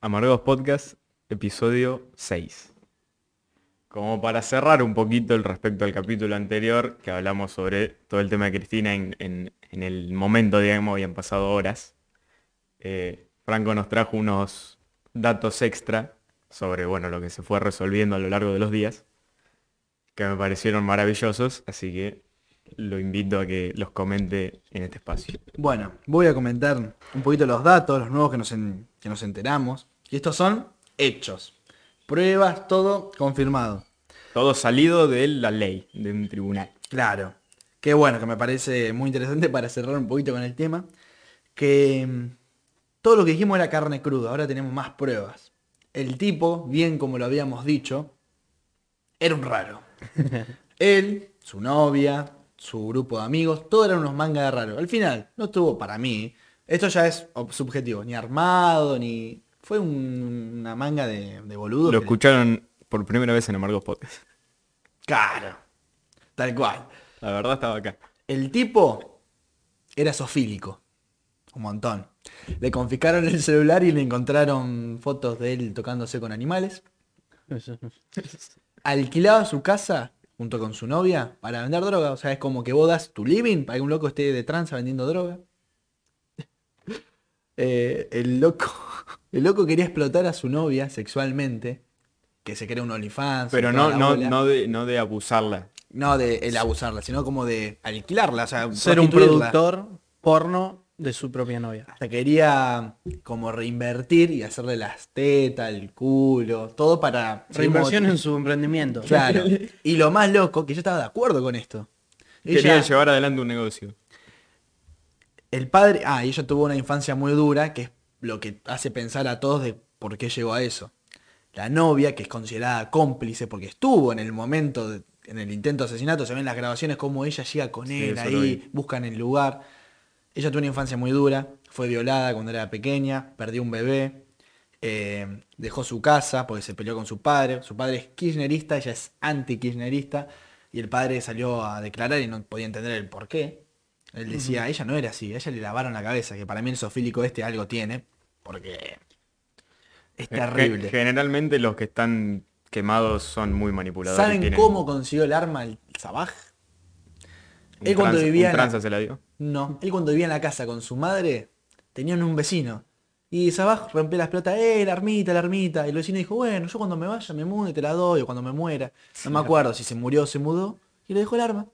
Amargos Podcast, episodio 6. Como para cerrar un poquito el respecto al capítulo anterior, que hablamos sobre todo el tema de Cristina en, en- en el momento, digamos, habían pasado horas, eh, Franco nos trajo unos datos extra sobre bueno, lo que se fue resolviendo a lo largo de los días, que me parecieron maravillosos, así que lo invito a que los comente en este espacio. Bueno, voy a comentar un poquito los datos, los nuevos que nos, en- que nos enteramos. Y estos son hechos. Pruebas, todo confirmado. Todo salido de la ley, de un tribunal. Claro. Qué bueno, que me parece muy interesante para cerrar un poquito con el tema. Que mm, todo lo que dijimos era carne cruda, ahora tenemos más pruebas. El tipo, bien como lo habíamos dicho, era un raro. Él, su novia, su grupo de amigos, todo eran unos manga de raro. Al final, no estuvo para mí. Esto ya es ob- subjetivo, ni armado, ni... Fue un- una manga de, de boludo. Lo escucharon por primera vez en Amargos Podcast. Claro. Tal cual. La verdad estaba acá. El tipo era sofílico. Un montón. Le confiscaron el celular y le encontraron fotos de él tocándose con animales. Alquilaba su casa junto con su novia para vender droga. O sea, es como que vos das tu living para que un loco esté de tranza vendiendo droga. Eh, el loco. El loco quería explotar a su novia sexualmente. Que se crea un OnlyFans. Pero toda no, la no, bola. no, de, no de abusarla. No de el abusarla, sino como de alquilarla. O sea, Ser un prostituirla. productor porno de su propia novia. Hasta quería como reinvertir y hacerle las tetas, el culo, todo para... Reinversión en su emprendimiento. Claro. Y lo más loco, que yo estaba de acuerdo con esto. Quería Ella, llevar adelante un negocio. el padre... Ah, y ella tuvo una infancia muy dura, que es lo que hace pensar a todos de por qué llegó a eso. La novia, que es considerada cómplice, porque estuvo en el momento, de- en el intento de asesinato, se ven las grabaciones como ella llega con Sí, él eso lo vi. ahí, buscan el lugar. Ella tuvo una infancia muy dura, fue violada cuando era pequeña, perdió un bebé, eh, dejó su casa porque se peleó con su padre. Su padre es kirchnerista, ella es anti-kirchnerista, y el padre salió a declarar y no podía entender el por qué. Él decía, ella no era así, a ella le lavaron la cabeza, que para mí el sofílico este algo tiene, porque es Ge- terrible. Generalmente los que están quemados son muy manipuladores. ¿Saben tienen cómo consiguió el arma el Sabaj? un Él cuando trans- vivía un en la- tranza se la dio. No, él cuando vivía en la casa con su madre, tenían un vecino. Y Sabaj rompió las pelotas, eh, la ermita, la ermita. Y el vecino dijo, bueno, yo cuando me vaya me mude, te la doy, o cuando me muera. No me acuerdo si se murió o se mudó. Y le dejó el arma.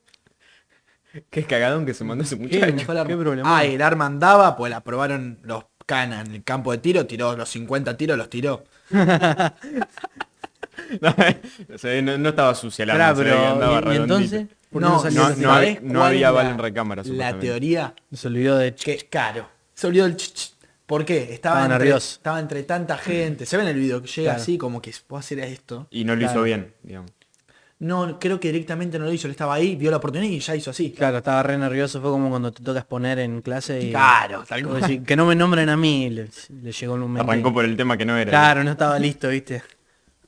Qué cagadón que se mandó ese Le muchacho. dejó el arma. qué problema. ah, y el arma andaba, pues la probaron los canas en el campo de tiro, tiró los 50 tiros, los tiró. No, eh, se ve, no- no estaba sucia la Pará, mano, se ve que andaba pero, ¿y- ¿y, redondita. entonces? ¿Por qué no, salió no- ese no tema? hay- ¿sabés no cuál había es bala la- en recámara, La supuestamente? teoría Se olvidó de... que es caro. Se olvidó el ch, ch. ¿Por qué? Estaba, Estaba entre, nervioso. Estaba entre tanta gente. Se ve en el video que llega Claro. así como que puedo hacer esto. Y no lo hizo Claro. bien, digamos. No, creo que directamente no lo hizo. Él estaba ahí, vio la oportunidad y ya hizo así. Claro, estaba re nervioso, fue como cuando te tocas poner en clase y... Claro, tal Como cual. decir, que no me nombren a mí, le, le llegó el momento. Arrancó por el tema que no era. Claro, no estaba listo, viste.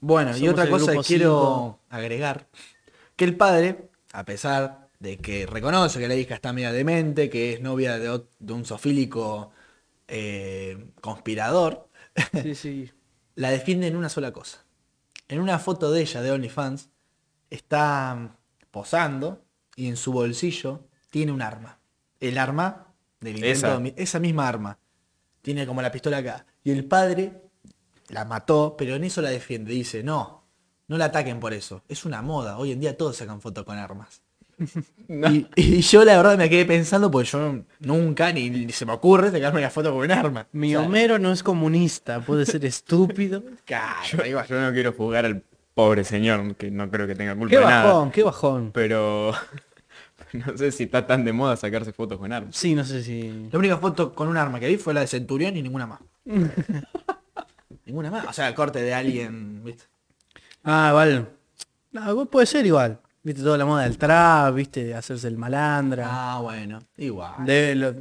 Bueno, y Somos otra el cosa que grupo quiero cinco. agregar, que el padre, a pesar de que reconoce que la hija está media demente, que es novia de, ot- de un sofílico eh, conspirador, Sí, sí. la defiende en una sola cosa. En una foto de ella de OnlyFans está mm, posando y en su bolsillo tiene un arma. El arma del intento Esa. de homi- esa misma arma. Tiene como la pistola acá. Y el padre la mató, pero en eso la defiende. Dice, no, no la ataquen por eso. Es una moda. Hoy en día todos sacan fotos con armas. Y, y yo la verdad me quedé pensando, porque yo nunca ni, ni se me ocurre sacarme la foto con un arma. Mi O sea, Homero no es comunista, puede ser estúpido. claro, Yo, ahí va. yo no quiero juzgar al pobre señor, que no creo que tenga culpa qué de bajón, nada. qué bajón. Pero no sé si está tan de moda sacarse fotos con armas. Sí, no sé si... La única foto con un arma que vi fue la de Centurión y ninguna más. ninguna más. O sea, corte de alguien, ¿viste? Ah, igual. No, igual puede ser igual. Viste toda la moda del trap, viste, de hacerse el malandra. Ah, bueno. Igual. de lo-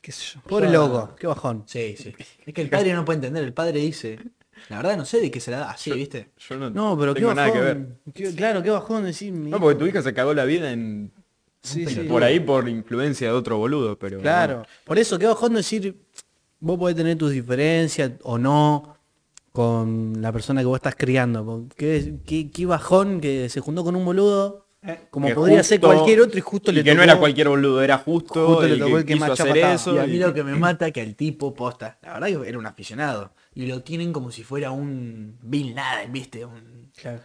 qué sé yo. Pobre Ya. loco, qué bajón. Sí, sí. Es que el padre no puede entender. El padre dice, la verdad no sé de qué se la da. Así, ¿viste? Yo no, No, pero qué tengo bajón. nada que ver. Qué- claro, qué bajón decir mi No, hijo. porque tu hija se cagó la vida en Sí, sí. por ahí por influencia de otro boludo, pero Claro. Por eso, qué bajón decir vos podés tener tus diferencias o no con la persona que vos estás criando. porque Qué, qué- qué bajón que se juntó con un boludo, como Que podría ser justo- cualquier otro y justo le que no tocó- era cualquier boludo, era justo, Justo le el tocó que, el que quiso más hacer chapa eso. estaba. Y a mí y- lo que me mata que el tipo posta, la verdad que era un aficionado. Y lo tienen como si fuera un Bin Laden, ¿viste? Un- Claro.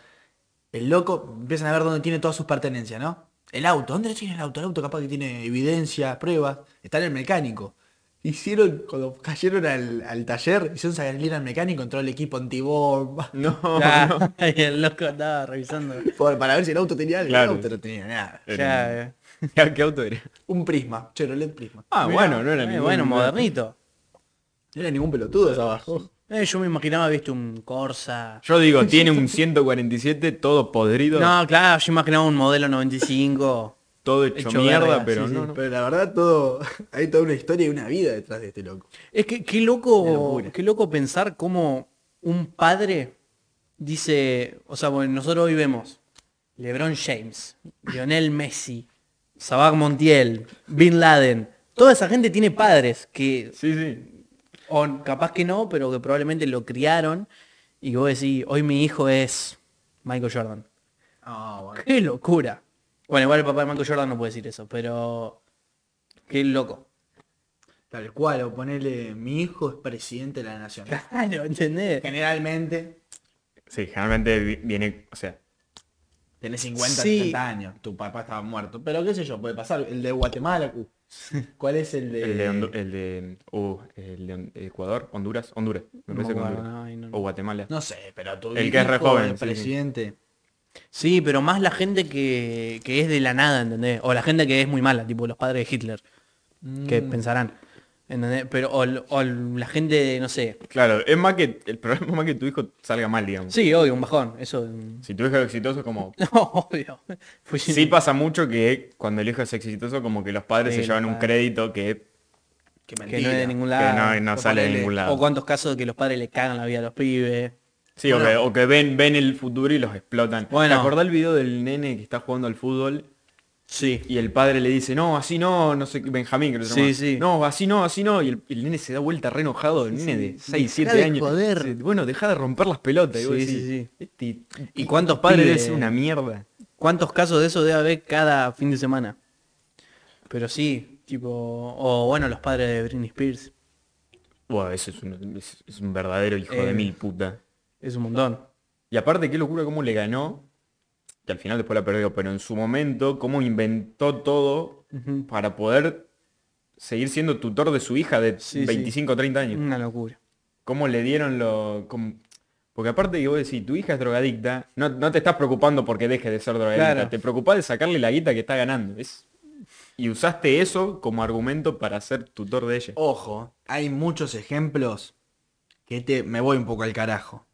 El loco, empiezan a ver dónde tiene todas sus pertenencias, ¿no? El auto, ¿dónde lo tiene el auto? El auto capaz que tiene evidencia, pruebas. Está en el mecánico. Hicieron, cuando cayeron al, al taller, hicieron salir al mecánico, entró el equipo antibomba. No, no. Ah, el loco andaba revisando. por- Para ver si el auto tenía algo. Claro. El auto no tenía nada. Ya, eh. Mirá ¿Qué auto era? Un prisma, Chevrolet Prisma. Ah, Mirá, bueno, no era eh, ningún... Bueno, modernito. No era ningún pelotudo esa abajo. Eh, yo me imaginaba, viste, un Corsa. Yo digo, tiene un 147 todo podrido, No, claro, yo imaginaba un modelo 95. todo hecho, hecho mierda, verga, pero sí, no, sí. no. Pero la verdad todo, hay toda una historia y una vida detrás de este loco. Es que qué Una loco, locura. qué loco pensar cómo un padre dice, o sea, bueno, nosotros hoy vemos LeBron James, Lionel Messi, Sabag Montiel, Bin Laden, toda esa gente tiene padres que Sí, sí. o capaz que no, pero que probablemente lo criaron y que vos decís, hoy mi hijo es Michael Jordan. Ah, bueno. ¡Qué locura! Bueno, igual el papá de Michael Jordan no puede decir eso, pero qué loco. Tal cual, o ponele, mi hijo es presidente de la nación. Claro, ¿entendés? Generalmente Sí, generalmente vi- viene, o sea, tenés 50, Sí. 60 años, tu papá estaba muerto. Pero qué sé yo, puede pasar. El de Guatemala, cu- ¿cuál es el de...? el de, Eh, Hondu- el de, uh, el de Hon- Ecuador, Honduras, Honduras, me No me parece que acuerdo, Honduras. no, ahí no- O Guatemala. No sé, pero tu El que es re hijo joven, de sí, sí. presidente. Sí, pero más la gente que, que es de la nada, ¿entendés? O la gente que es muy mala, tipo los padres de Hitler, que Mm. pensarán, ¿entendés? Pero, o, l- o l- la gente, de, no sé. Claro, es más que, el problema es más que tu hijo salga mal, digamos. Sí, obvio, un bajón, eso... mm, Si tu hijo es exitoso, como... No, obvio. Fui- Sí pasa mucho que cuando el hijo es exitoso, como que los padres Sí, se llevan los un padres. crédito que, Que que no es de ningún que lado. no, no pues sale de ponele, ningún O lado. cuántos casos de que los padres le cagan la vida a los pibes. Sí, o Bueno. que, o que ven, ven el futuro y los explotan. Bueno. ¿Te acordás el video del nene que está jugando al fútbol? Sí. Y el padre le dice, no, así no, no sé, qué, Benjamín creo que se Sí, llama. sí. No, así no, así no. Y el, el nene se da vuelta re enojado, el nene de 6, 7 de años. joder. Dice, bueno, deja de romper las pelotas. y vos Sí, decís, sí, sí. "Este ¿Y cuántos pibe padres- debe ser una mierda. ¿Cuántos casos de eso debe haber cada fin de semana? Pero sí, tipo, o bueno, los padres de Britney Spears. Buah, eso es un, es- es un verdadero hijo Eh. de mil puta. Es un montón. Y aparte, qué locura cómo le ganó, que al final después la perdió, pero en su momento, cómo inventó todo Ujú. para poder seguir siendo tutor de su hija de Sí, sí. 25 o 30 años. Una locura. Cómo le dieron lo... cómo- Porque aparte que vos decís, tu hija es drogadicta, no, no te estás preocupando porque deje de ser drogadicta, Claro. te preocupás de sacarle la guita que está ganando. Es... Y usaste eso como argumento para ser tutor de ella. Ojo, hay muchos ejemplos que te me voy un poco al carajo.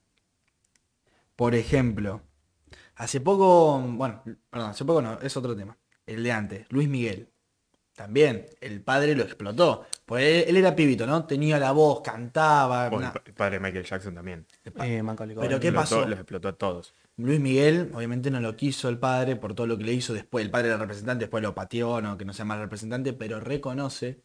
Por ejemplo, hace poco, bueno, perdón, hace poco no, es otro tema. El de antes, Luis Miguel. También, el padre lo explotó. Pues él, él era pibito, ¿no? Tenía la voz, cantaba. Bueno, el una- pa- el padre de Michael Jackson también. Eh, Macaulay Pero Culkin. qué Explotó- pasó? Los explotó a todos. Luis Miguel, obviamente no lo quiso el padre por todo lo que le hizo después. El padre era representante, después lo pateó, no, que no sea más representante, pero reconoce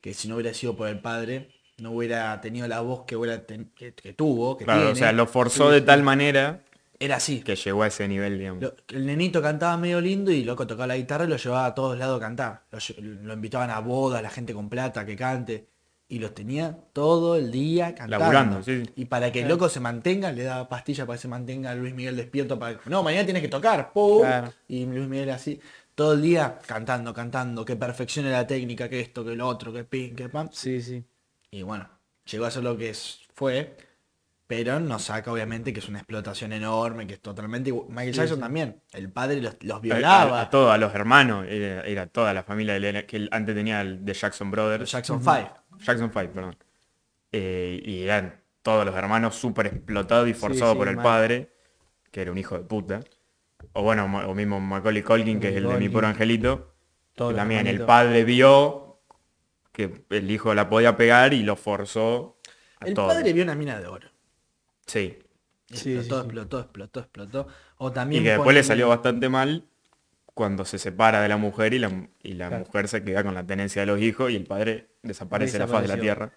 que si no hubiera sido por el padre, no hubiera tenido la voz que, hubiera ten- que, que tuvo, que Claro, o tiene. sea, lo forzó de tal manera Era así. que llegó a ese nivel, digamos. Lo- el nenito cantaba medio lindo y loco tocaba la guitarra y lo llevaba a todos lados a cantar. Lo, lle- lo invitaban a bodas, la gente con plata que cante. Y los tenía todo el día cantando. Laburando, sí, sí. Y para que el loco se mantenga, le daba pastillas para que se mantenga a Luis Miguel despierto. Para que, no, mañana tienes que tocar. ¡pum! Claro. Y Luis Miguel así, todo el día cantando, cantando, que perfeccione la técnica, que esto, que lo otro, que pin, que pam. Sí, sí. Y bueno, llegó a ser lo que es- fue, pero nos saca obviamente que es una explotación enorme, que es totalmente... igual- Michael Jackson también, el padre los, A, los a- violaba, a todos, a los hermanos, era, era toda la familia de Lena- que él antes tenía el de Jackson Brothers. los Jackson 5. Jackson Five, perdón. Eh, y eran todos los hermanos súper explotados y forzados sí, por el mal. padre, que era un hijo de puta. O bueno, ma- o mismo Macaulay Culkin, que es el de mi Culkin. puro angelito. Todos que los También el hermanitos. padre vio que el hijo la podía pegar y lo forzó a El todo. padre vio una mina de oro. Sí. Y Sí, explotó, sí, sí. explotó, explotó, explotó. O Y también que después le ponele- salió bastante mal cuando se separa de la mujer y la, y la Claro. mujer se queda con la tenencia de los hijos y el padre desaparece de la faz de la Desapareció. tierra.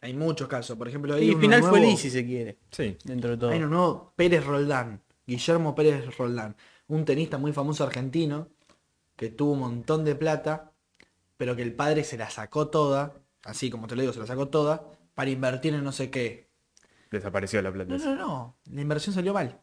Hay muchos casos. Por ejemplo, hay Y el uno final fue nuevo- Lee, si se quiere, Sí. dentro de todo. Hay uno nuevo, Pérez Roldán, Guillermo Pérez Roldán, un tenista muy famoso argentino que tuvo un montón de plata, pero que el padre se la sacó toda, así como te lo digo, se la sacó toda, para invertir en no sé qué. Desapareció la plata. No, no, no, la inversión salió mal.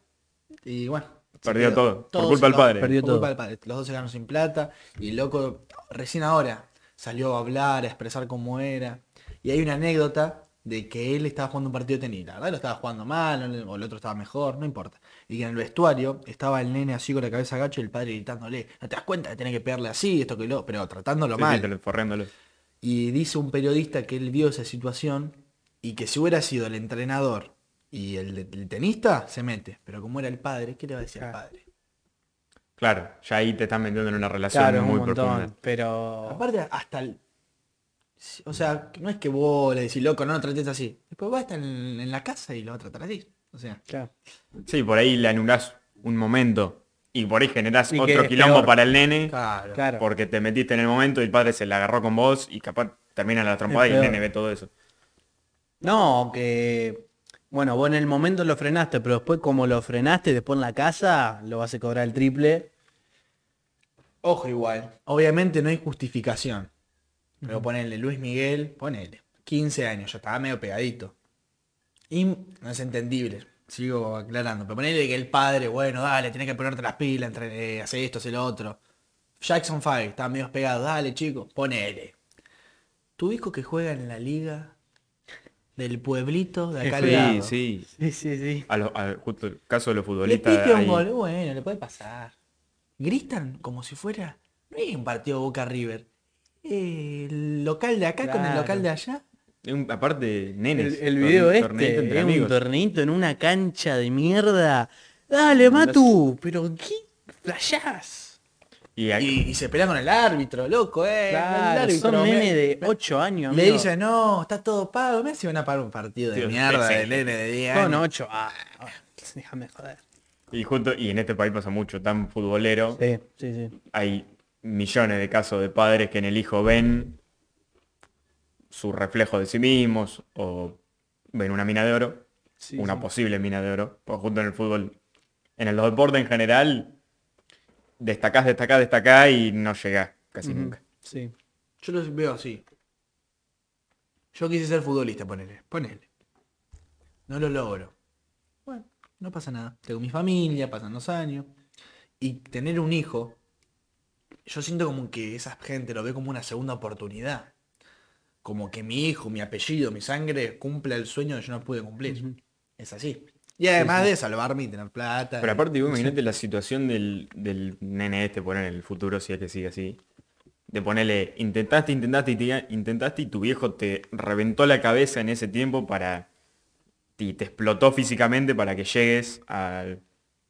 Y bueno. se Perdió quedó. todo, por se culpa del quedó, padre. Perdió por culpa todo. del padre. Los dos se quedaron sin plata y el loco recién ahora salió a hablar, a expresar cómo era. Y hay una anécdota de que él estaba jugando un partido de tenis. La verdad lo estaba jugando mal, o el otro estaba mejor, no importa. Y que en el vestuario estaba el nene así con la cabeza gacho y el padre gritándole, no te das cuenta que tenés que pegarle así, esto que lo, pero tratándolo Sí, mal. sí, te lo- forreándolo. Y dice un periodista que él vio esa situación y que si hubiera sido el entrenador y el, el tenista, se mete. Pero como era el padre, ¿qué le va a decir al Claro. padre? Claro, ya ahí te están metiendo en una relación claro, muy un montón, profunda. pero... Aparte, hasta el... O sea, no es que vos le decís, loco, no lo trates así. Después va a estar en, en la casa y lo va a tratar así. O sea, Claro. Sí, por ahí le anulás un momento y por ahí generás Y que otro es quilombo peor. para el nene claro. Claro. porque te metiste en el momento y el padre se la agarró con vos y capaz termina la trompada y el peor. nene ve todo eso. No, que... Bueno, vos en el momento lo frenaste, pero después como lo frenaste, después en la casa, lo vas a cobrar el triple. Ojo igual. Obviamente no hay justificación. Pero ponele Luis Miguel, ponele. 15 años, ya estaba medio pegadito. Y no es entendible, sigo aclarando. Pero ponele que el padre, bueno, dale, tenés que ponerte las pilas, entre, eh, hacer esto, hacer lo otro. Jackson 5, estaba medio pegado, dale chico, ponele. Tu hijo que juega en la liga del pueblito de acá al Sí, lado. sí. Sí, sí, sí. A los- a- justo el caso de los Le futbolistas. pique un ahí. gol, bueno, le puede pasar. Gritan como si fuera. No es un partido Boca River. El local de acá con el Claro. local de allá. Un- aparte, nenes. El, el video torne- este, torneito entre es un amigos. torneito en una cancha de mierda. Dale, Matu, pero ¿qué flashás? Y a- Y, y se pelea con el árbitro, loco, eh. Claro, el árbitro, son me- nene de 8 años, Le amigo. dice, no, está todo pago. Me si van a pagar un partido de Tío, mierda sí, de sí. nene de 10 Son años. 8. Ah, ah, déjame joder. y justo, y en este país pasa mucho, tan futbolero. Sí, sí, sí. hay millones de casos de padres que en el hijo ven su reflejo de sí mismos o ven una mina de oro, Sí, una sí. posible mina de oro, porque justo en el fútbol, en el deporte en general, destacás, destacás, destacás y no llegás casi Ujú, nunca. Sí. Yo los veo así. Yo quise ser futbolista, ponele. Ponele. No lo logro. Bueno, no pasa nada. Tengo mi familia, pasan los años. Y tener un hijo, yo siento como que esa gente lo ve como una segunda oportunidad. Como que mi hijo, mi apellido, mi sangre cumpla el sueño que yo no pude cumplir. Es así. Y además de salvarme y tener plata. Pero y- aparte, vos imaginate la situación del, del nene este, poner en el futuro, si es que sigue así. De ponerle, intentaste, intentaste, y te- intentaste y tu viejo te reventó la cabeza en ese tiempo para... Y te explotó físicamente para que llegues al,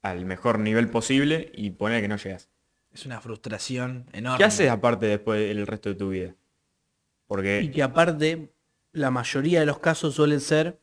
al mejor nivel posible y poner que no llegas. es una frustración enorme. ¿Qué Ah. haces aparte después el resto de tu vida? Y Porque que aparte, la mayoría de los casos suelen ser,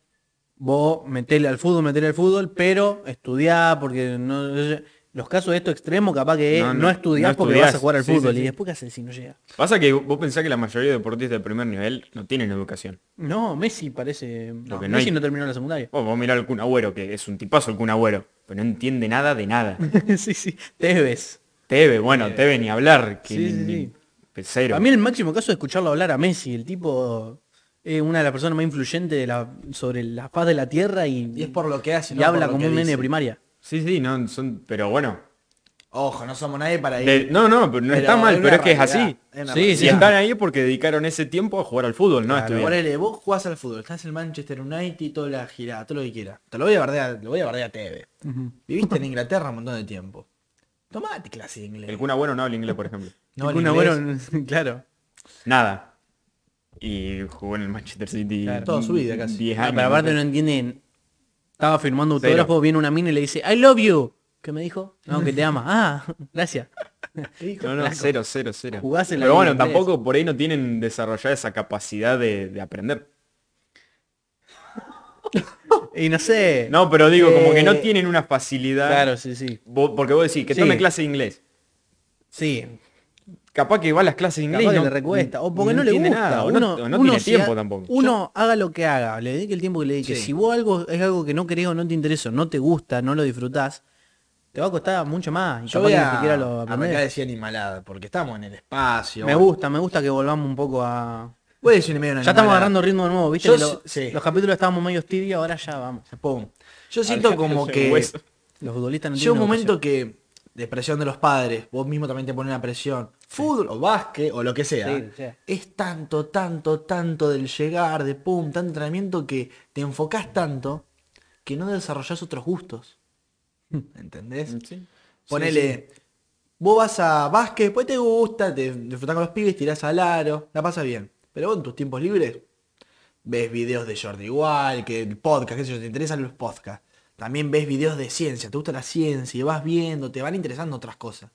vos metele al fútbol, metele al fútbol, pero estudiá, porque no... Los casos de esto extremo capaz que es No, no, no, estudiás no porque estudiás. vas a jugar al Sí, sí, fútbol. sí. ¿Y después qué haces si no llega? pasa que vos pensás que la mayoría de deportistas de primer nivel no tienen educación. No, Messi parece... No, que no Messi hay- no terminó la secundaria. Vos, vos mirá al Kun Agüero, que es un tipazo el Kun Agüero, pero no entiende nada de nada. sí, sí. Tevez. Teve, bueno, Teve ni hablar. Que Sí, ni- sí, ni- sí. que Cero. A mí el máximo caso es escucharlo hablar a Messi. El tipo es una de las personas más influyentes de la- sobre la faz de la tierra y, Y es por lo que hace. y no por habla lo como que un nene dice. de primaria. Sí, sí, no, son, pero bueno. Ojo, no somos nadie para ir. De- no, no, pero no Pero está mal, es una pero es que es realidad, así. es una Sí, realidad. sí, están ahí porque dedicaron ese tiempo a jugar al fútbol, Ah, no a Claro, estudiar. ponele, vos jugás al fútbol, estás en Manchester United, toda la girada, todo lo que quieras. Te lo voy a bardear, lo voy a bardear a TV. Viviste en Inglaterra un montón de tiempo. Tomate clase de inglés. El Kun Agüero no habla inglés, por ejemplo. No, El el Kun inglés, Agüero, claro. Nada. Y jugó en el Manchester City Claro. Toda su vida casi. 10 No, años. pero aparte no entienden. Estaba firmando Cero. autógrafo, viene una mina y le dice, I love you. ¿Qué me dijo? No, que te ama. Ah, gracias. No, no, cero, cero, cero. Jugás en la Pero bueno, liga inglesa. tampoco por ahí no tienen desarrollada esa capacidad de, de aprender. Y no sé. Ah, No, pero digo, como que no Eh, tienen una facilidad. Claro, sí, sí. Vos- porque vos decís, que Sí. tome clase de inglés. Sí. Capaz que va a las clases de inglés. Capaz y que no- le recuesta. O porque no, le tiene gusta. nada, o no- uno, o no uno tiene si tiempo ha- tampoco. Uno haga lo que haga, le dedique el tiempo que le dedique. Sí. Si vos algo es algo que no querés o no te interesa, o no te gusta, no lo disfrutás, te va a costar mucho más. Y Yo capaz voy que ni a siquiera lo arrancar aprendés. a decir animalada, porque estamos en el espacio. Me bueno. gusta, me gusta que volvamos un poco a. Voy a decir medio una Ya estamos animalada. agarrando ritmo de nuevo, ¿viste? Yo Lo- sí- sí. Los capítulos estábamos medio tibios, ahora ya vamos. Pum. Yo siento como Al- que... hueso. Los futbolistas no Llega tienen un vocación. momento que de presión de los padres, vos mismo también te pones una presión, fútbol o básquet o lo que sea, Sí, sí. es tanto, tanto, tanto del llegar, de pum, tanto entrenamiento que te enfocás tanto que no desarrollás otros gustos. Hmm. ¿Entendés? Sí. Ponele, vos vas a básquet, después te gusta, te disfrutás con los pibes, tirás al aro, la pasas bien. Pero vos en tus tiempos libres ves videos de Jordi igual, que el podcast, qué sé yo, te interesan los podcasts. También ves videos de ciencia, te gusta la ciencia y vas viendo, te van interesando otras cosas.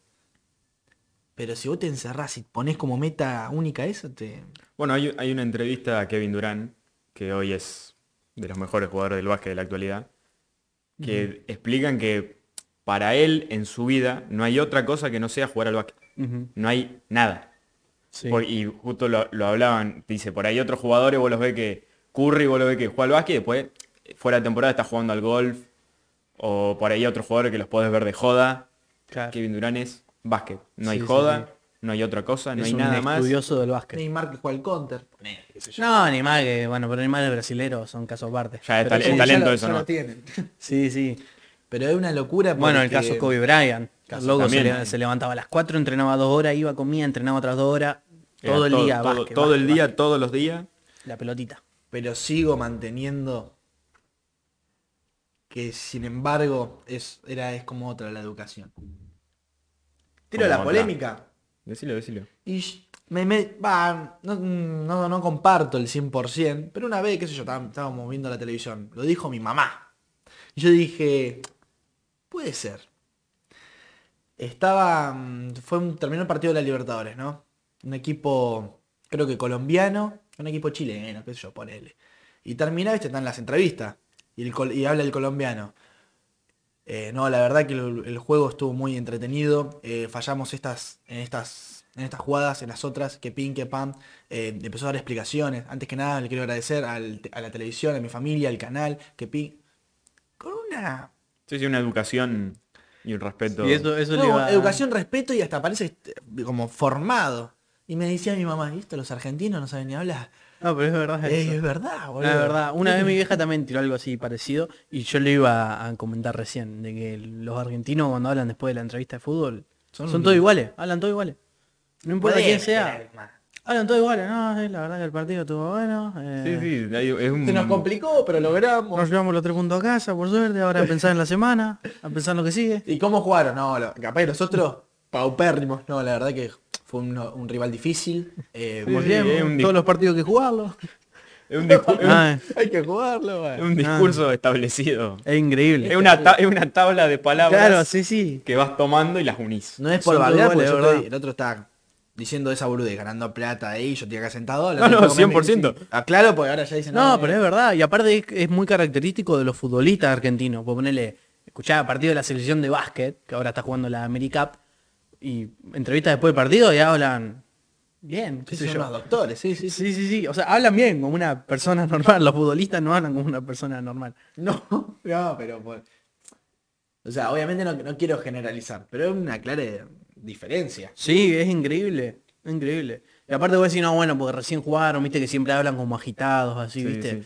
Pero si vos te encerrás y pones como meta única eso, te... Bueno, hay, hay una entrevista a Kevin Durán, que hoy es de los mejores jugadores del básquet de la actualidad, que explican que para él en su vida no hay otra cosa que no sea jugar al básquet. Ujú, No hay nada. sí. Por- y justo lo, lo hablaban, dice, por ahí otros jugadores vos los ves que Curry, vos los ves que juega al básquet, y después eh, fuera de temporada está jugando al golf, o por ahí otros jugadores que los podés ver de joda. Claro. Kevin Durán es básquet. No hay Sí, sí, joda, sí. no hay otra cosa, no Es hay un nada más. estudioso del básquet. Neymar que juega al counter. No, ni mal que, bueno, pero ni mal el brasilero son casos aparte. Ya es Pero tal- sí, el talento ya lo- eso, ya ¿no? lo tienen. Sí, sí. Pero es una locura Bueno, el porque- caso Kobe Bryant. Caso El loco se, también, le- ¿no? se levantaba a las 4, entrenaba dos horas, iba, comía, entrenaba otras dos horas. Era Todo el día, todo, básquet, todo el básquet, día, básquet. todos los días. La pelotita. pero sigo manteniendo que sin embargo es, era, es como otra la educación. Tiro Como la otra. polémica Decilo, decilo. y sh- me, me- va, no, no, no comparto el 100%, pero una vez, qué sé yo, estábam- estábamos viendo la televisión, lo dijo mi mamá. Y yo dije, puede ser. Estaba, mm, fue un, terminó el partido de la Libertadores, ¿no? Un equipo, creo que colombiano, un equipo chileno, qué sé yo, ponele. Y termina, viste, están las entrevistas. Y, el col- y habla el colombiano. Eh, no, la verdad que el, el juego estuvo muy entretenido. Eh, fallamos estas, en estas, en estas jugadas, en las otras, que pin, que pam. Eh, empezó a dar explicaciones. Antes que nada, le quiero agradecer al te- a la televisión, a mi familia, al canal, que pin. Con una Sí, sí, una educación y un respeto. Y eso, eso le no, iba- educación, respeto y hasta parece este, como formado. Y me decía mi mamá, ¿y esto los argentinos no saben ni hablar? No, pero es verdad. Eh, eso. es verdad, No, boludo. es verdad. Una vez mi vieja también tiró algo así parecido y yo le iba a comentar recién de que los argentinos cuando hablan después de la entrevista de fútbol Son son, un- todos iguales, hablan todos iguales. No importa Podés quién sea, eh. esperar más. hablan todos iguales. No, sí, la verdad que el partido estuvo bueno. eh, Sí, sí, hay- es un- Se nos complicó, pero logramos. Nos llevamos los tres puntos a casa, por suerte, ahora a pensar en la semana, a pensar en lo que sigue. ¿Y cómo jugaron? No, lo- capaz que nosotros, paupérrimos. No, la verdad que fue un, un rival difícil. Eh, Sí, muy sí, bien. es un Volvemos, di- todos los partidos que jugarlos. es un discu- es un- Ah, Hay que jugarlo, es bueno. un discurso establecido. es increíble. Es una, ta- es una tabla de palabras Claro, sí, sí. que vas tomando y las unís. No es por Son dos bardear, porque goles, yo ¿verdad? estoy- el otro está diciendo esa boludez, ganando plata ahí, yo estoy acá sentado. No, no, 100%. Ah, claro, porque ahora ya dicen... No, eh, pero es verdad. Y aparte es, es muy característico de los futbolistas argentinos. pues Por ponerle, escuchaba partido de la selección de básquet, que ahora está jugando la AmeriCup, y entrevistas después del partido y hablan bien, qué Sí, sé son yo. unos doctores, sí, sí, sí. Sí, sí, sí. O sea, hablan bien como una persona normal. Los futbolistas no hablan como una persona normal. No, no, pero por- O sea, obviamente no, no quiero generalizar, pero es una clara diferencia. Sí, es increíble, es increíble. Y aparte vos decís, no, bueno, porque recién jugaron, viste que siempre hablan como agitados, así, Sí, viste. sí.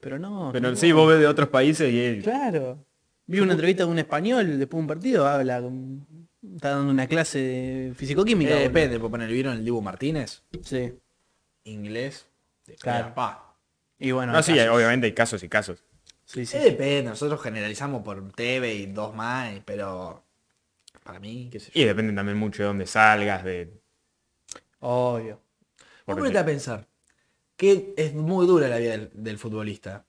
Pero no. Pero no. sí, vos ves de otros países y es- Claro. Vi una entrevista de un español después de un partido, habla, con- está dando una clase de fisicoquímica. Eh, boludo. depende, por poner, ¿vieron el Dibu Martínez? Sí. Inglés. de Claro. papá. Y bueno, No, hay sí, casos. obviamente hay casos y casos. Sí, sí. Sí, depende, nosotros generalizamos por TV y dos más, y- pero para mí, qué sé yo. Y depende también mucho de dónde salgas, de... Obvio. Vos porque- ponete a pensar que es muy dura la vida del, del futbolista.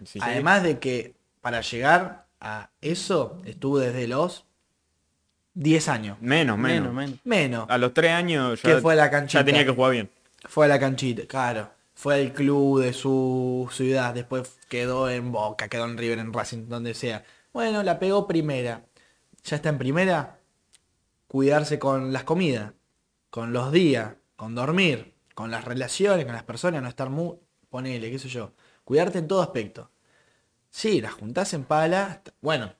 sí, sí. Además de que para llegar a eso estuvo desde los 10 años. Menos, menos. Menos, menos. Menos. A los tres años Que ya, fue a la ya canchita. tenía que jugar bien. Fue a la canchita, claro. Fue al club de su ciudad, después quedó en Boca, quedó en River, en Racing, donde sea. Bueno, la pegó primera. Ya está en primera. Cuidarse con las comidas. con los días, con dormir, con las relaciones, con las personas, no estar muy, ponele, qué sé yo, cuidarte en todo aspecto. Sí, las juntás en pala, t- bueno,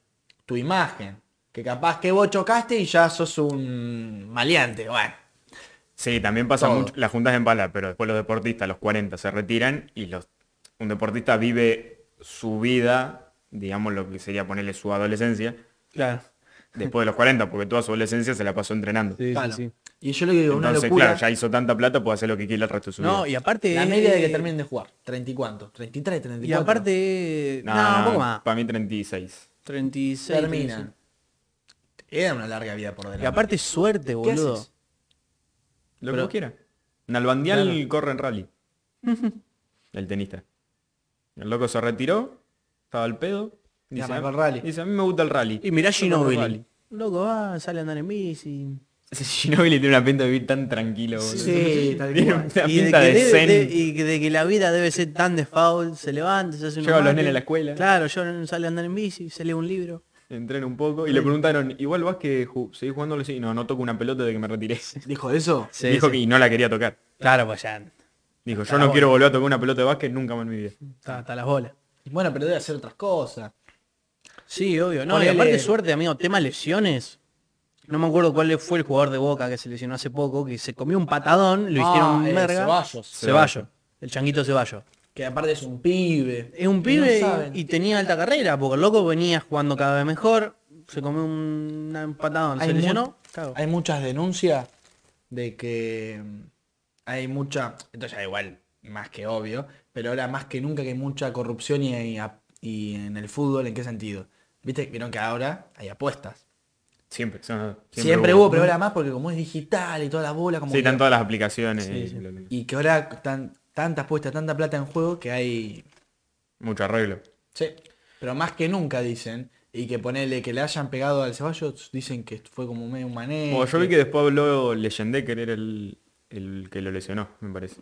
tu imagen, que capaz que vos chocaste y ya sos un maleante, bueno. Sí, también pasa Todo. mucho, las juntas en bala, pero después los deportistas, los 40, se retiran y los un deportista vive su vida, digamos lo que sería ponerle su adolescencia, Claro. después de los 40, porque toda su adolescencia se la pasó entrenando. Sí, sí, Claro. sí. Y yo le digo, una Entonces, locura. claro, ya hizo tanta plata, puede hacer lo que quiera el resto de su No, vida. y aparte. La media de que eh, terminen de jugar. ¿30 y cuánto? ¿33, 34? Y aparte. No, un poco más. Para mí 36. 36. Terminan. Era una larga vida por delante. Y aparte suerte, ¿Qué boludo. haces? Lo que Pero- vos quiera. Nalbandial Claro. corre en rally. el tenista. El loco se retiró, estaba al pedo. Dice, arrancó el rally. dice, a mí me gusta el rally. Y mirá Rally. Ginobili. Loco, va, sale a andar en bici. Ese Ginobili tiene una pinta de vivir tan tranquilo, boludo. Sí, tal Tiene cual. una Y de, que pinta de, debe- zen. de- y que- de que la vida debe ser tan de foul, se levanta, se hace un Lleva a los nenes a la escuela. Claro, yo sale a andar en bici, se lee un libro. Entrena un poco. Y le preguntaron, igual vas que ju- seguís jugándolo así. No, no toco una pelota de que me retiré. ¿Dijo eso? Sí, Dijo sí. que y no la quería tocar. Claro, pues ya. Dijo, yo Claro, no bueno. quiero volver a tocar una pelota de básquet nunca más en mi vida. Está, hasta las bolas. Bueno, pero debe hacer otras cosas. Sí, obvio. No, Ponele- y aparte suerte, amigo, tema lesiones. No me acuerdo cuál fue el jugador de Boca que se lesionó hace poco, que se comió un patadón, lo Ah, hicieron eh, verga. Ceballos. Ceballos. El changuito Ceballos. Que aparte es un pibe. Es un No pibe saben. y, y tenía alta carrera, porque el loco venía jugando cada vez mejor, se comió un, una- un patadón, hay, se mu- lesionó. cago. hay muchas denuncias de que mm, hay mucha, entonces ya igual, más que obvio, pero ahora más que nunca que hay mucha corrupción y, y a- y en el fútbol, ¿en qué sentido? Viste, vieron que ahora hay apuestas. Siempre. son- Siempre, hubo, pero ahora más porque como es digital y toda la bola, como Sí, que- están todas las aplicaciones. Sí, y- sí. lo- lo- y que ahora están tantas apuestas, tanta plata en juego que hay Mucho arreglo. Sí. Pero más que nunca dicen. Y que ponele que le hayan pegado al Ceballos, dicen que fue como medio un manejo. Como yo vi que después habló Leyendecker, era el, el que lo lesionó, me parece.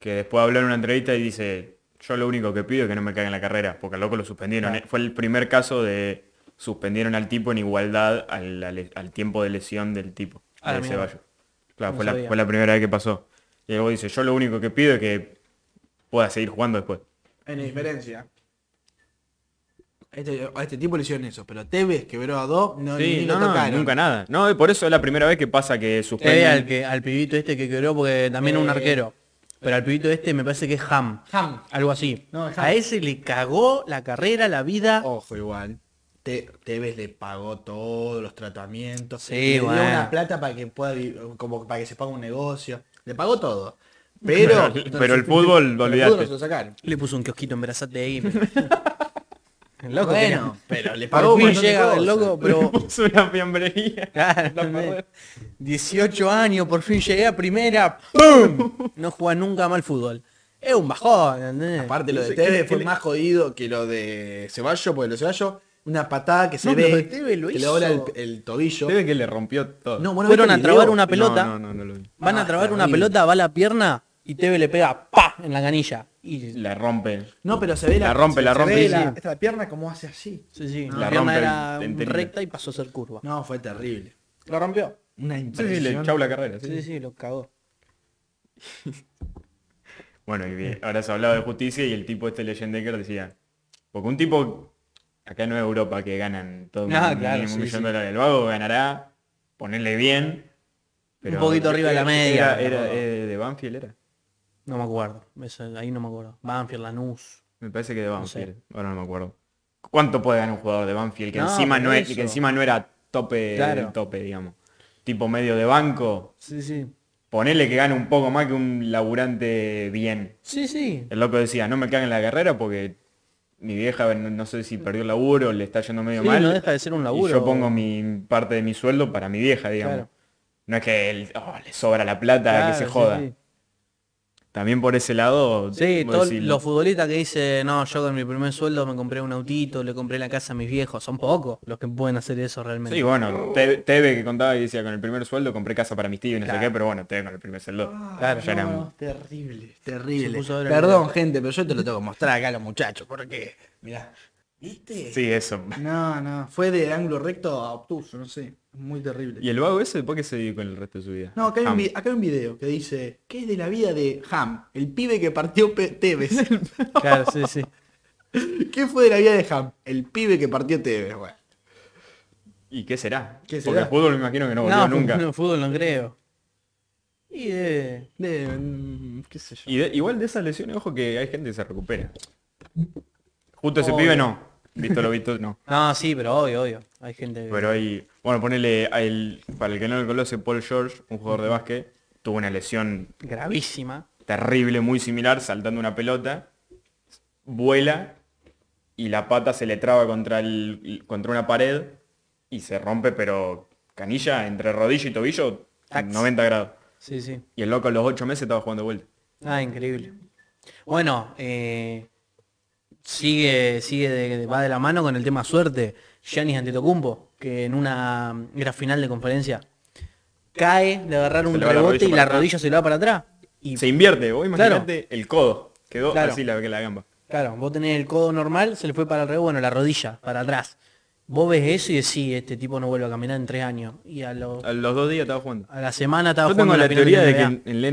Que después habló en una entrevista y dice, yo lo único que pido es que no me caguen la carrera, porque al loco lo suspendieron. Claro. Eh, Fue el primer caso de suspendieron al tipo en igualdad al, al- al tiempo de lesión del tipo, Ah, la de mierda. Ceballos. Claro, No fue la, sabía. fue la primera vez que pasó. Y luego dice, yo lo único que pido es que pueda seguir jugando después. En diferencia. Este, a este tipo le hicieron eso, pero Tevez quebró a dos, no, Sí, ni no, lo no, tocaron. nunca nada. No, eh, por eso es la primera vez que pasa que Eh, al, suspenden. que, al pibito este que quebró, porque también es un Eh. arquero. Pero al pibito este me parece que es Ham. Ham. Algo así. No, es Ham. a ese le cagó la carrera, la vida. Ojo igual. Te- Tevez le pagó todos los tratamientos. Sí, le dio bueno. una plata para que pueda vi- como para que se pague un negocio. Le pagó todo. Pero, Pero- pero el fútbol, pero el olvidate. se lo sacaron. Le puso un kiosquito en Brazate ahí. loco bueno, que- pero le Por pagó un fin montón de llega el cosas. loco, pero... Puso una fiambrería. Claro, La ¿entendés? parrera. 18 años, por fin llegué a primera. ¡Pum! No juega nunca mal fútbol. Es un bajón, ¿entendés? Aparte lo de Ese- Tevez que- fue que- más jodido que lo de Ceballos, porque lo de Ceballos, una patada que se No, ve, lo de Tevez lo que le hizo. dobla el, el tobillo. Se ve que le rompió todo. No, bueno, Fueron ¿viste el a trabar video? una pelota. No, no, no, no lo vi. Van Ah, a trabar una terrible. pelota, va a la pierna y Teve le pega pa en la canilla. Y La rompe. No, pero se ve La rompe, se- la se rompe, ve sí, la, sí. esta pierna como hace así. sí, sí, La la pierna rompe era enterita. recta y pasó a ser curva. No, fue terrible. Lo rompió. Una Sí, sí, le impresión. echó la carrera. sí. Sí, sí, lo cagó. Bueno, y bien, ahora se hablaba de justicia y el tipo este Leyendecker decía, porque un tipo, acá no es Europa que ganan todo Ah, un, claro, mínimo sí, un millón sí. de dólares. El vago ganará, ponerle bien. pero- poquito arriba de la era- media, Era, pero- eh, de Banfield, era. No me acuerdo. Eso, ahí no me acuerdo. Banfield, Lanús. Me parece que de sé. Banfield. Ahora no me acuerdo. ¿Cuánto puede ganar un jugador de Banfield que, No, encima, por no es, eso. que encima no era tope, Claro. del tope, digamos? Tipo medio de banco. Sí, sí. Ponele que gane un poco más que un laburante bien. Sí, sí. El loco decía, no me caguen la carrera porque mi vieja no, no sé si perdió el laburo, le está yendo medio Sí, mal. no deja de ser un laburo. Y yo pongo mi parte de mi sueldo para mi vieja, digamos. Claro. No es que él, "Oh, le sobra la plata, Claro, que se sí, joda. Sí, También por ese lado, Sí, vos todos decís, los futbolistas que dicen, no, yo con mi primer sueldo me compré un autito, le compré la casa a mis viejos, son pocos los que pueden hacer eso realmente. Sí, bueno, Te- Teve que contaba y decía, con el primer sueldo compré casa para mis tíos y no sé Claro. qué, pero bueno, Teve con el primer sueldo. Claro. ya era un- Terrible, Se terrible. puso ahora Perdón, mirá. gente, pero yo te lo tengo que mostrar acá a los muchachos, porque mirá, ¿Viste? Sí, eso. No, no. Fue de ángulo recto a obtuso, no sé. Muy terrible. ¿Y el vago ese por qué se dedicó en el resto de su vida? No, acá hay, un Ham. vi- acá hay un video que dice, ¿qué es de la vida de Ham? El pibe que partió pe- Tevez. Claro, sí, sí. ¿Qué fue de la vida de Ham? El pibe que partió Tevez, bueno. ¿Y qué será? ¿Qué Porque será? el fútbol me imagino que no volvió No, nunca. no, fútbol no creo. Y de... De, mm, qué sé yo. Y de- igual de esas lesiones, ojo que hay gente que se recupera. Justo ese Obvio. pibe no. Visto lo visto, no. No, sí, pero obvio, obvio. Hay gente... que- Pero ahí, bueno, ponele, a el- para el que no lo conoce, Paul George, un jugador de básquet, tuvo una lesión Gravísima. terrible, muy similar, saltando una pelota, vuela y la pata se le traba contra, el, contra una pared y se rompe, pero canilla entre rodilla y tobillo, Tax. 90 grados. Sí, sí. Y el loco a los 8 meses estaba jugando de vuelta. Ah, increíble. Bueno, eh, sigue, sigue de- de- va de la mano con el tema suerte. Giannis Antetokounmpo, que en una mm, era final de conferencia cae de agarrar Se un le va la rebote rodilla y para la atrás. rodilla se le va para atrás. Y Se invierte, vos Claro. imaginate el codo. Quedó Claro. así la, la gamba. claro, vos tenés el codo normal, se le fue para el rebote, bueno, la rodilla para atrás. Vos ves eso y decís, este tipo no vuelve a caminar en tres años. Y a, lo- A los dos días estaba jugando. a la semana estaba Yo tengo jugando la final teoría de que NBA. en, en la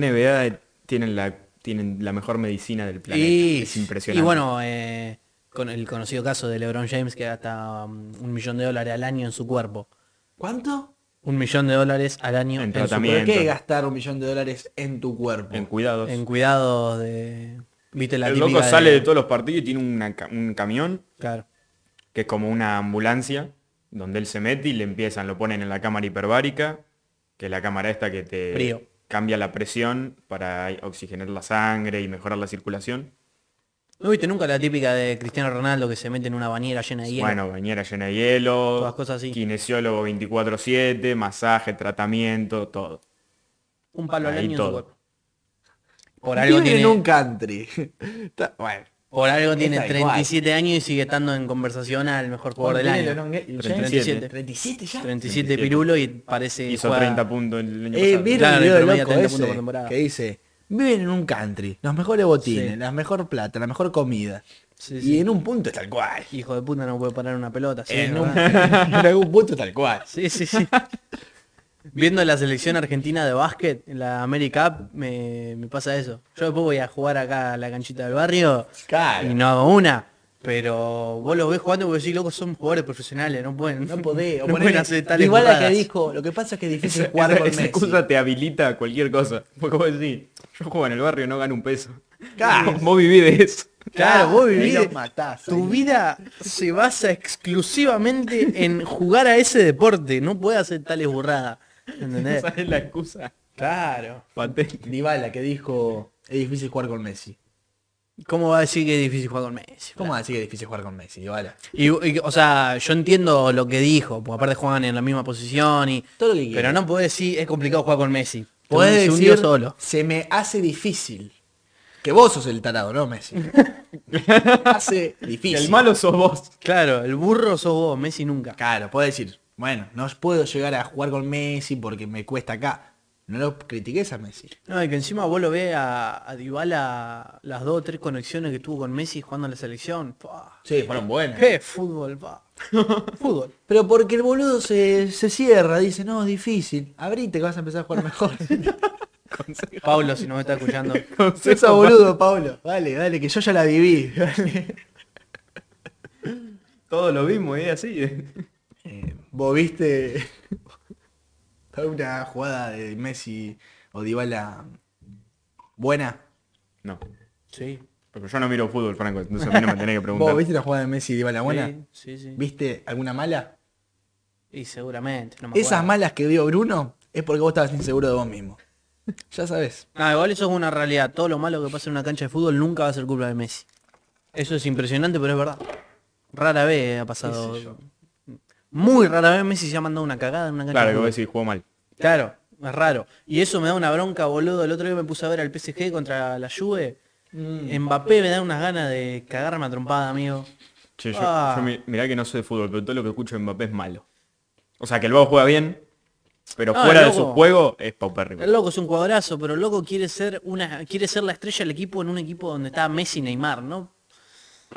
NBA tienen la, tienen la mejor medicina del planeta. Y, es impresionante. Y bueno, eh, con el conocido caso de LeBron James que gasta um, un millón de dólares al año en su cuerpo. ¿Cuánto? Un millón de dólares al año En en, su- tratamiento. ¿Por qué gastar un millón de dólares en tu cuerpo? en cuidados. en cuidados de... ¿Viste la el típica loco de- sale de todos los partidos y tiene una ca- un camión Claro. que es como una ambulancia donde él se mete y le empiezan, lo ponen en la cámara hiperbárica, que es la cámara esta que te Frío. cambia la presión para oxigenar la sangre y mejorar la circulación. ¿No viste nunca la típica de Cristiano Ronaldo que se mete en una bañera llena de hielo? Bueno, bañera llena de hielo, Todas cosas así. kinesiólogo 24/7, masaje, tratamiento, todo. un palo al ahí año en todo. su cuerpo. Por Vive algo tiene, en un country. Está- bueno. por algo tiene Está igual. 37 años y sigue estando en conversación al mejor jugador del ¿Cuánto año. tiene LeBron James? 37. 37 ya. 37 pirulo y parece... Hizo juega- 30 puntos el año Eh, pasado. ¿Vieron Claro, el le video del promedia loco 30 ese puntos por temporada. que dice, viven en un country, los mejores botines, Sí. la mejor plata, la mejor comida. Sí, y sí. en un punto es tal cual. ¿eh? Hijo de puta no puede parar una pelota. Sí, en, es un, verdad. en algún punto es tal cual. sí, sí, sí. Viendo la selección argentina de básquet, la America Cup, me, me pasa eso. Yo después voy a jugar acá a la canchita del barrio Claro. y no hago una. Pero vos los ves jugando y vos decís, loco, son jugadores profesionales, no pueden, No podés. o no ponele- pueden hacer tales Igual la que burradas". dijo, lo que pasa es que es difícil Esa- jugar esa- con esa Messi. excusa te habilita a cualquier cosa. Porque vos decís, yo juego en el barrio, no gano un peso. Ah, Claro. Eh. Vos- Vos vivís de eso. Claro, vos vivís- Ahí lo matás, ahí Tu lo- vida se basa exclusivamente en jugar a ese deporte, no puedes hacer tales burradas. ¿Entendés? Esa es la excusa Claro. patente. Dybala que dijo, es difícil jugar con Messi. ¿Cómo va a decir que es difícil jugar con Messi? ¿Cómo va a decir que es difícil jugar con Messi, Dybala? Y, y, o sea, yo entiendo lo que dijo, porque aparte juegan en la misma posición y. Todo lo que quieras. Pero no puede decir, es complicado jugar con Messi. Podés Se hundió decir, solo. se me hace difícil. Que vos sos el tarado, ¿no, Messi? hace Y difícil. el malo sos vos. Claro, el burro sos vos, Messi nunca. Claro, puedo decir, bueno, no puedo llegar a jugar con Messi porque me cuesta acá. No lo critiques a Messi. No, y que encima vos lo ves a, a Dybala las dos o tres conexiones que tuvo con Messi jugando en la selección. Pa. Sí, fueron buenas. ¡Qué fútbol, pa! Fútbol. Pero porque el boludo se, se cierra, dice, no, es difícil. Abrite que vas a empezar a jugar mejor. Pablo, si nos está escuchando. Eso boludo, Pablo. Dale, dale, que yo ya la viví. Dale. Todos lo vimos, es así. Eh, Vos viste una jugada de Messi o Dybala buena. No. Sí. Porque yo no miro fútbol, Franco, entonces a mí no me tenés que ¿Vos preguntar. viste una jugada de Messi y Dybala buena? Sí, sí. ¿Viste alguna mala? Y seguramente. No me Esas acuerdo. malas que dio Bruno es porque vos estabas inseguro de vos mismo. Ya sabes. No, igual eso es una realidad. Todo lo malo que pasa en una cancha de fútbol nunca va a ser culpa de Messi. Eso es impresionante, pero es verdad. Rara vez ha ¿Qué sé yo? pasado. Muy rara vez Messi se ha mandado una cagada en una cancha Claro, de que fútbol. vos decís, jugó mal. Claro, es raro. Y eso me da una bronca, boludo. El otro día me puse a ver al PSG contra la Juve. Mbappé me da unas ganas de cagarme a trompada, amigo. Che, yo, Ah. yo mi- mirá que no sé de fútbol, pero todo lo que escucho de Mbappé es malo. O sea, que el vago juega bien, pero No, fuera de Ah, loco. su juego es paupérrimo. El loco es un cuadrazo, pero el loco quiere ser una quiere ser la estrella del equipo en un equipo donde está Messi y Neymar, ¿no?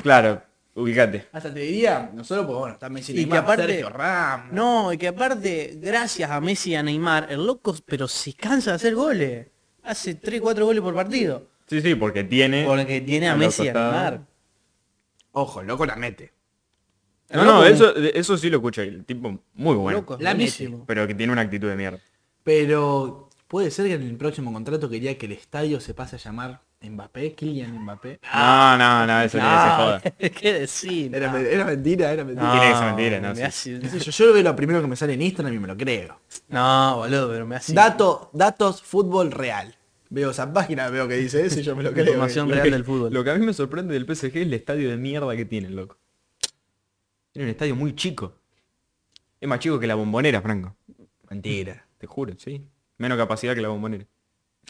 Claro, Ubicate. Hasta te diría, nosotros, porque bueno, está Messi Y Neymar, que aparte- Sergio Ramos. No, y que aparte, gracias a Messi y a Neymar, el loco, pero se cansa de hacer goles. Hace 3, 4 goles por partido. Sí, sí, porque tiene. Porque tiene a los Messi y a costados. Neymar. Ojo, el loco la mete. El No, loco no, es eso, eso sí lo escuché. El tipo muy bueno. Loco, es La buenísimo. Pero que tiene una actitud de mierda. Pero puede ser que en el próximo contrato quería que el estadio se pase a llamar Mbappé, Kylian Mbappé. Ah. No, no, no, eso ni se joda. ¿Qué decir? Ah, Era, me- era mentira, era mentira. Tiene que ser mentira, no, me sí. hace- Ah. Qué sé Yo, yo lo veo lo primero que me sale en Instagram y me lo creo. No, boludo, pero me hace... Dato, datos fútbol real. Veo esa página, veo que dice eso y yo me lo creo. Información Lo real que- del fútbol. Lo que a mí me sorprende del PSG es el estadio de mierda que tienen, loco. Tiene un estadio muy chico. Es más chico que la bombonera, Franco. Mentira. Te juro, sí. Menos capacidad que la bombonera.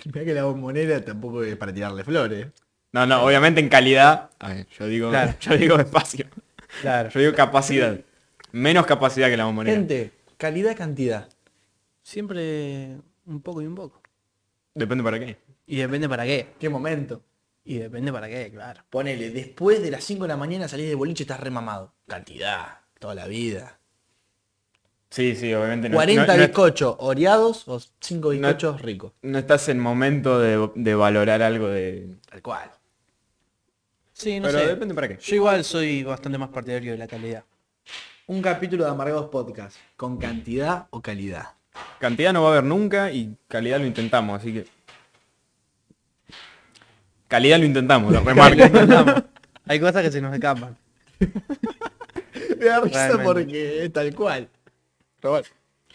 Mirá que la bombonera tampoco es para tirarle flores. No, no, obviamente en calidad. a ver, yo digo, Claro. yo digo espacio. Claro. Yo digo capacidad. Menos capacidad que la bombonera. Gente, calidad, cantidad. Siempre un poco y un poco. Depende para qué. Y depende para qué. Qué momento. Y depende para qué, claro. Ponele, después de las 5 de la mañana salís de boliche y estás remamado. Cantidad, toda la vida. Sí, sí, obviamente no. 40 no- no- bizcochos oreados o 5 bizcochos ricos. no estás en momento de, de valorar algo de... Tal cual. Sí, no Pero sé. depende para qué. Yo igual soy bastante más partidario de la calidad. Un capítulo de Amargados Podcast. ¿Con cantidad o calidad? Cantidad no va a haber nunca y calidad lo intentamos, así que... Calidad lo intentamos, lo remarco. Hay cosas que se nos escapan. Me da risa Realmente. porque es tal cual.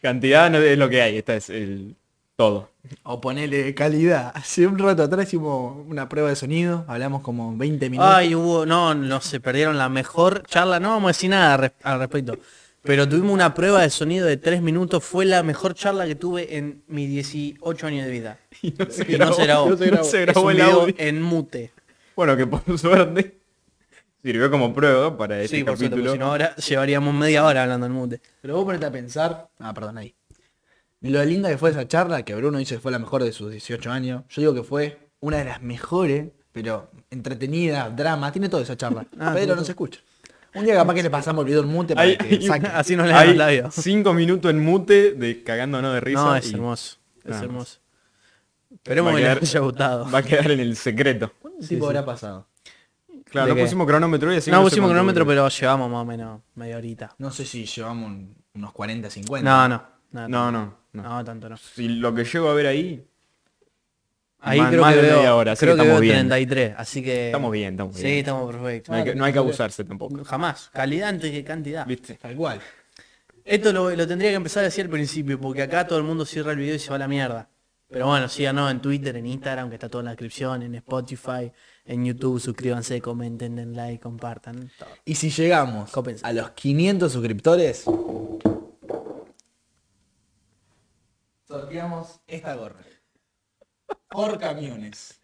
Cantidad no es lo que hay, esta es el todo. O ponele calidad. Hace un rato atrás hicimos una prueba de sonido. Hablamos como 20 minutos. Ay, hubo, no, no, se perdieron la mejor charla, no vamos a decir nada res- al respecto. Pero tuvimos una prueba de sonido de tres minutos, fue la mejor charla que tuve en mis 18 años de vida. Y no se Y no se grabó. no se grabó. Es grabó un el video audio. en mute. Bueno, que por suerte sirvió como prueba para este Sí, por suerte, capítulo. porque si no ahora llevaríamos media hora hablando en mute. Pero vos ponete a pensar. Ah, perdón, ahí. Lo linda que fue esa charla, que Bruno dice que fue la mejor de sus 18 años. Yo digo que fue una de las mejores, pero entretenida, drama, tiene toda esa charla. Ah, tiene pero no todo. se escucha. Un día capaz que le pasamos el video en mute para Hay- que saque. Así nos le Hay el labio. cinco minutos en mute de cagándonos de risa. No, es y hermoso. Es nada más. hermoso. Esperemos Va a que les quedar- haya gustado. Va a quedar en el secreto. ¿Cuánto tiempo habrá pasado? Claro, ¿De no qué? pusimos cronómetro y así No sé pusimos cuánto cronómetro, duró. pero llevamos más o menos media horita. No sé si llevamos un- unos 40, 50. No, no. No, No, no, no. no tanto no. Si lo que llego a ver ahí, Ahí Más- creo más que de veo, media hora, así creo que que estamos veo bien. 33, así que... estamos bien, estamos Sí, bien. estamos perfectos. No hay, que, no hay que abusarse tampoco. Jamás. Calidad antes que cantidad. ¿Viste? Tal cual. Esto lo, lo tendría que empezar así al principio, porque acá todo el mundo cierra el video y se va a la mierda. Pero bueno, síganos en Twitter, en Instagram, que está todo en la descripción, en Spotify, en YouTube, suscríbanse, comenten, den like, compartan. todo. Y si llegamos Copense. a los 500 suscriptores, sorteamos esta gorra. Por camiones.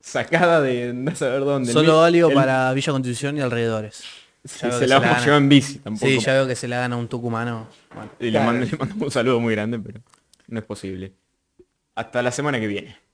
Sacada de no saber dónde. Solo El- válido el- para Villa Constitución y alrededores. Ya Si veo se la que se la vamos a gana. llevar en bici tampoco. Sí, ya veo que se la gana un tucumano. Bueno. Y le Claro. mando- le mandamos un saludo muy grande, pero no es posible. Hasta la semana que viene.